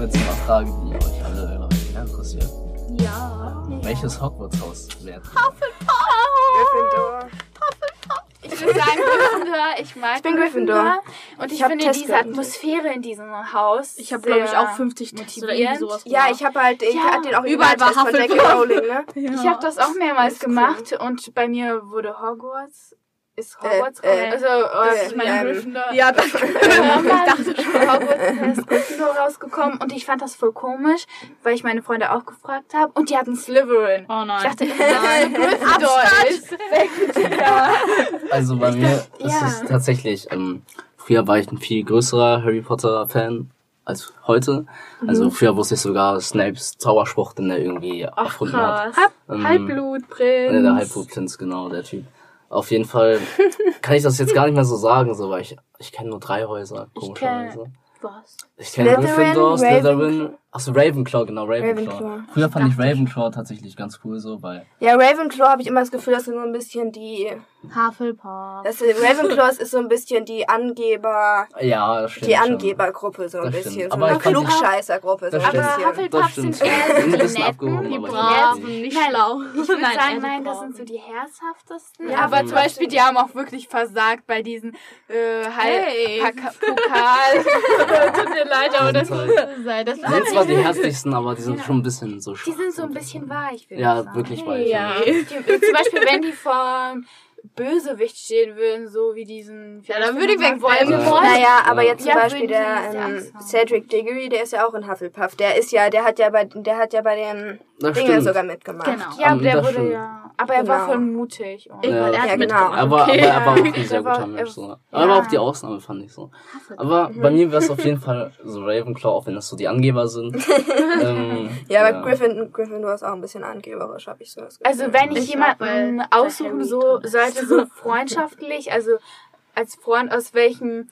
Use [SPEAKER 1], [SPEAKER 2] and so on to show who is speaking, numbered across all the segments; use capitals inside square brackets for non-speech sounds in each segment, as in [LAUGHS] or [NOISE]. [SPEAKER 1] jetzt mal Frage, die euch alle, glaube ich, mehr interessiert.
[SPEAKER 2] Ja.
[SPEAKER 1] Welches Hogwarts-Haus wärt
[SPEAKER 3] [LAUGHS]
[SPEAKER 1] ihr?
[SPEAKER 4] Gryffindor.
[SPEAKER 2] Ich würde sagen Gryffindor. Ich mag
[SPEAKER 4] Ich bin Gryffindor.
[SPEAKER 2] Und ich,
[SPEAKER 4] Ich hab
[SPEAKER 2] finde
[SPEAKER 4] Test
[SPEAKER 2] diese
[SPEAKER 4] gehabt.
[SPEAKER 2] Atmosphäre in diesem Haus.
[SPEAKER 3] Ich habe, glaube ich,
[SPEAKER 2] sehr-
[SPEAKER 3] auch 50 Tests oder irgendwie
[SPEAKER 2] motivierend.
[SPEAKER 3] sowas
[SPEAKER 4] Ja, ich habe halt, ich
[SPEAKER 2] Ja,
[SPEAKER 4] hab den
[SPEAKER 3] überall war
[SPEAKER 4] Originaltest von Jackie
[SPEAKER 3] Hufflepuff.
[SPEAKER 4] Rowling, ne?
[SPEAKER 2] Ich
[SPEAKER 3] [LAUGHS]
[SPEAKER 2] habe das auch mehrmals
[SPEAKER 3] Ist cool.
[SPEAKER 2] gemacht und bei mir wurde Hogwarts. Ist
[SPEAKER 4] Äh,
[SPEAKER 2] Hogwarts
[SPEAKER 4] äh,
[SPEAKER 2] also äh,
[SPEAKER 4] äh,
[SPEAKER 2] ich meine
[SPEAKER 4] ähm,
[SPEAKER 2] Gryffindor. [LAUGHS]
[SPEAKER 3] Ja, das
[SPEAKER 2] Damals
[SPEAKER 3] [LAUGHS]
[SPEAKER 2] ist Hogwarts ist Gryffindor rausgekommen und ich fand das voll komisch, weil ich meine Freunde auch gefragt habe und die hatten Slytherin.
[SPEAKER 3] Oh [LAUGHS] nein.
[SPEAKER 2] Ich dachte, [LAUGHS] Gryffindor ist.
[SPEAKER 1] Also bei mir ist
[SPEAKER 2] ja.
[SPEAKER 1] es tatsächlich, ähm, früher war ich ein viel größerer Harry Potter-Fan als heute. Also früher wusste ich sogar Snapes Zauberspruch, den er irgendwie
[SPEAKER 3] Mhm. Ach,
[SPEAKER 1] erfunden hat.
[SPEAKER 3] krass.
[SPEAKER 1] Ähm,
[SPEAKER 2] Halbblutprinz.
[SPEAKER 1] Ja, der Halbblutprinz, genau, der Typ. Auf jeden Fall kann ich das jetzt gar nicht mehr so sagen, so, weil ich, ich kenne nur drei Häuser, komischerweise.
[SPEAKER 2] Was?
[SPEAKER 1] Ich kenne
[SPEAKER 4] Slytherin,
[SPEAKER 1] Gryffindor, Slytherin,
[SPEAKER 4] Ravenclaw.
[SPEAKER 1] achso, Ravenclaw, genau, Ravenclaw.
[SPEAKER 4] Ravenclaw.
[SPEAKER 1] Früher fand ich Ravenclaw tatsächlich ganz cool, so, weil
[SPEAKER 4] Ja, Ravenclaw habe ich immer das Gefühl, das sind so ein bisschen die,
[SPEAKER 3] Hufflepuff.
[SPEAKER 4] das Ravenclaw ist so ein bisschen die Angeber,
[SPEAKER 1] Ja, das stimmt.
[SPEAKER 4] die
[SPEAKER 1] schon.
[SPEAKER 4] Angebergruppe so ein
[SPEAKER 1] Das
[SPEAKER 4] bisschen,
[SPEAKER 1] stimmt.
[SPEAKER 4] so
[SPEAKER 1] Aber
[SPEAKER 4] eine
[SPEAKER 1] ich fand-
[SPEAKER 4] Klugscheißergruppe so
[SPEAKER 1] Das
[SPEAKER 4] ein
[SPEAKER 1] stimmt.
[SPEAKER 2] Aber
[SPEAKER 4] bisschen.
[SPEAKER 1] Das
[SPEAKER 2] Hufflepuffs
[SPEAKER 1] stimmt.
[SPEAKER 2] sind eher
[SPEAKER 1] Sind
[SPEAKER 2] so
[SPEAKER 1] ein
[SPEAKER 2] die
[SPEAKER 1] bisschen
[SPEAKER 2] netten,
[SPEAKER 1] abgehoben,
[SPEAKER 2] die
[SPEAKER 1] aber ich
[SPEAKER 2] brav.
[SPEAKER 1] weiß
[SPEAKER 3] nicht
[SPEAKER 2] Nein,
[SPEAKER 3] schlau.
[SPEAKER 2] Ich würde
[SPEAKER 3] [LAUGHS] Nein, also
[SPEAKER 2] sagen,
[SPEAKER 3] eher
[SPEAKER 2] nein, das
[SPEAKER 3] brav.
[SPEAKER 2] sind so die herzhaftesten.
[SPEAKER 4] Ja,
[SPEAKER 2] aber
[SPEAKER 1] mhm.
[SPEAKER 2] zum Beispiel, die haben auch wirklich versagt bei diesen äh,
[SPEAKER 3] Hey.
[SPEAKER 2] Halb Pokal. Tut mir leid, aber das muss
[SPEAKER 1] Die
[SPEAKER 3] Sei das
[SPEAKER 1] sind zwar die herzlichsten, aber die sind schon ein bisschen so
[SPEAKER 2] [LAUGHS] Die
[SPEAKER 1] schwach.
[SPEAKER 2] sind so ein bisschen weich, würde ich
[SPEAKER 1] Ja,
[SPEAKER 2] sagen.
[SPEAKER 1] wirklich weich.
[SPEAKER 3] Ja.
[SPEAKER 1] ja.
[SPEAKER 2] Die, zum Beispiel, wenn die vor Bösewicht stehen würden, so wie diesen.
[SPEAKER 3] Ja, dann würde ich wegrennen
[SPEAKER 2] Voldemort.
[SPEAKER 1] wollen.
[SPEAKER 4] Naja, aber
[SPEAKER 1] Ja.
[SPEAKER 4] jetzt zum
[SPEAKER 2] Ja,
[SPEAKER 4] Beispiel
[SPEAKER 2] würden
[SPEAKER 4] der
[SPEAKER 2] sie
[SPEAKER 4] ähm,
[SPEAKER 2] sagen.
[SPEAKER 4] Cedric Diggory, der ist ja auch in Hufflepuff. Der ist ja, der hat ja bei, der hat ja bei dem
[SPEAKER 1] Das
[SPEAKER 4] Dinger
[SPEAKER 1] stimmt.
[SPEAKER 4] sogar mitgemacht.
[SPEAKER 3] Genau.
[SPEAKER 2] Ja,
[SPEAKER 1] Ähm,
[SPEAKER 2] der
[SPEAKER 1] das
[SPEAKER 2] wurde
[SPEAKER 1] stimmt.
[SPEAKER 2] ja. Aber er war
[SPEAKER 4] Genau.
[SPEAKER 2] voll mutig. Und
[SPEAKER 1] Ja,
[SPEAKER 3] Irgendwann
[SPEAKER 1] ja,
[SPEAKER 3] er hat
[SPEAKER 4] genau.
[SPEAKER 3] mitgemacht.
[SPEAKER 1] Äh, Aber, aber
[SPEAKER 2] Okay.
[SPEAKER 1] er war [LAUGHS] auch ein
[SPEAKER 2] Der
[SPEAKER 1] sehr
[SPEAKER 2] war-
[SPEAKER 1] guter Mensch.
[SPEAKER 2] er-
[SPEAKER 1] So.
[SPEAKER 2] ja.
[SPEAKER 1] Aber auch die Ausnahme fand ich so. Aber bei mir wäre es auf jeden Fall so Ravenclaw, auch wenn das so die Angeber sind. ähm,
[SPEAKER 4] Ja, aber Griffin, Gryffindor ist auch ein bisschen angeberisch, habe ich so das Gefühl.
[SPEAKER 2] Also wenn ich
[SPEAKER 3] Ich
[SPEAKER 2] jemanden
[SPEAKER 3] glaub, weil
[SPEAKER 2] aussuchen
[SPEAKER 3] Harry
[SPEAKER 2] so,
[SPEAKER 3] drin ist.
[SPEAKER 2] sollte, [LAUGHS] so freundschaftlich, also als Freund aus welchen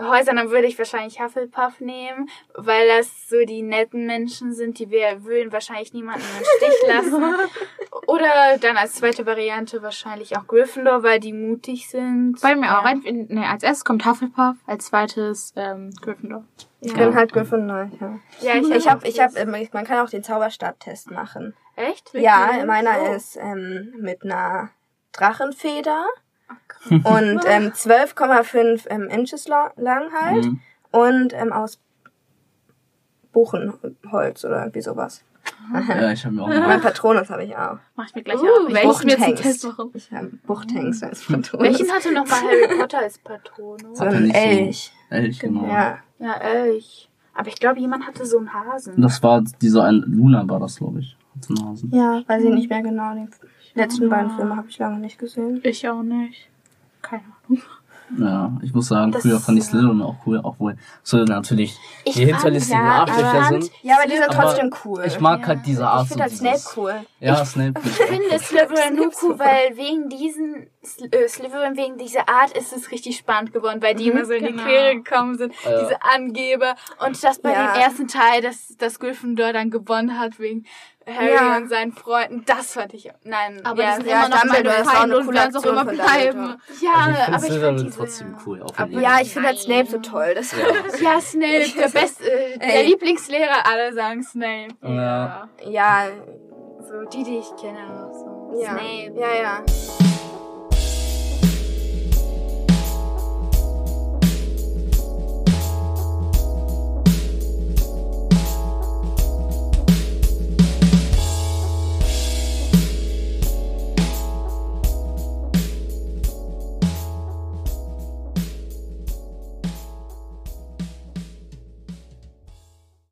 [SPEAKER 2] Häusern, dann würde ich wahrscheinlich Hufflepuff nehmen, weil das so die netten Menschen sind, die wir würden wahrscheinlich niemanden im Stich lassen. [LAUGHS] Oder dann als zweite Variante wahrscheinlich auch Gryffindor, weil die mutig sind.
[SPEAKER 3] Bei mir auch.
[SPEAKER 2] Ja.
[SPEAKER 3] Rein, nee, als erstes kommt Hufflepuff, als zweites ähm, Gryffindor.
[SPEAKER 4] ich
[SPEAKER 1] ja.
[SPEAKER 4] bin halt Gryffindor. Ja.
[SPEAKER 2] Ja, ich, äh,
[SPEAKER 4] Ich habe, ich habe, man kann auch den Zauberstab-Test machen.
[SPEAKER 2] Echt? Oh.
[SPEAKER 4] Ja, meiner ist ähm, mit einer Drachenfeder und ähm, 12,5 ähm, Inches la- lang halt
[SPEAKER 1] Mhm.
[SPEAKER 4] und ähm, aus Buchenholz oder irgendwie sowas. halt.
[SPEAKER 1] Ja, ich habe mir auch
[SPEAKER 4] Mein
[SPEAKER 1] mal.
[SPEAKER 4] Patronus habe ich auch.
[SPEAKER 3] Mach ich mir gleich
[SPEAKER 2] Uh,
[SPEAKER 3] auch. Ich muss mir jetzt einen
[SPEAKER 4] Buchtengs.
[SPEAKER 3] Test machen.
[SPEAKER 4] Ich habe Buchthengst als Patronus.
[SPEAKER 2] Welchen hatte nochmal Harry Potter als Patronus?
[SPEAKER 4] So ein Elch.
[SPEAKER 1] Ehrlich, genau.
[SPEAKER 4] Ja.
[SPEAKER 2] Ja, Elch. Aber ich glaube, jemand hatte so einen Hasen.
[SPEAKER 1] Und das war dieser ein Luna war das, glaube ich. Hat's einen Hasen.
[SPEAKER 4] Ja, weiß ich nicht mehr genau. Die letzten beiden Filme habe ich lange nicht gesehen.
[SPEAKER 3] Ich auch nicht. Keine Ahnung.
[SPEAKER 1] Ja, ich muss sagen,
[SPEAKER 2] Das-
[SPEAKER 1] früher fand ich Slytherin auch cool, obwohl Slytherin natürlich
[SPEAKER 2] Ich
[SPEAKER 1] die hinterlistigen
[SPEAKER 2] fand, ja,
[SPEAKER 1] Arschlöcher
[SPEAKER 2] aber-
[SPEAKER 1] sind.
[SPEAKER 4] Ja, aber die sind
[SPEAKER 1] Aber
[SPEAKER 4] trotzdem cool.
[SPEAKER 1] Ich mag
[SPEAKER 2] Ja.
[SPEAKER 1] halt diese Art
[SPEAKER 4] ich finde halt
[SPEAKER 1] so
[SPEAKER 4] Snape
[SPEAKER 1] dieses-
[SPEAKER 4] cool.
[SPEAKER 1] Ja, Snape. Ich
[SPEAKER 2] finde Slytherin nur cool, weil wegen diesen Sl- äh, Slytherin wegen dieser Art ist es richtig spannend geworden, weil die immer so in die
[SPEAKER 3] genau.
[SPEAKER 2] Quere gekommen sind,
[SPEAKER 1] Ja.
[SPEAKER 2] diese Angeber und das bei
[SPEAKER 4] Ja.
[SPEAKER 2] dem ersten Teil, dass das Gryffindor dann gewonnen hat wegen Harry
[SPEAKER 4] Ja.
[SPEAKER 2] und seinen Freunden, das fand ich nein,
[SPEAKER 3] Aber
[SPEAKER 2] ja,
[SPEAKER 3] die sind
[SPEAKER 4] ja,
[SPEAKER 3] immer noch meine
[SPEAKER 4] Dumbledore ist auch
[SPEAKER 3] Feinde
[SPEAKER 4] eine
[SPEAKER 3] und
[SPEAKER 4] coole
[SPEAKER 3] werden es auch
[SPEAKER 4] Aktion
[SPEAKER 3] immer
[SPEAKER 4] von Dumbledore.
[SPEAKER 3] bleiben.
[SPEAKER 2] ja,
[SPEAKER 1] also ich finde
[SPEAKER 2] aber ich fand
[SPEAKER 1] Slytherin
[SPEAKER 2] diese,
[SPEAKER 1] trotzdem cool. Auch wenn
[SPEAKER 4] Ja, ich finde halt Snape so toll. Das ja.
[SPEAKER 1] Ja.
[SPEAKER 2] Ja, Snape, der beste, äh, der
[SPEAKER 4] Ey.
[SPEAKER 2] Lieblingslehrer, alle sagen Snape.
[SPEAKER 1] Ja.
[SPEAKER 4] [LAUGHS] ja,
[SPEAKER 2] So die, die ich kenne. So.
[SPEAKER 4] ja.
[SPEAKER 2] Snape.
[SPEAKER 4] Ja, ja.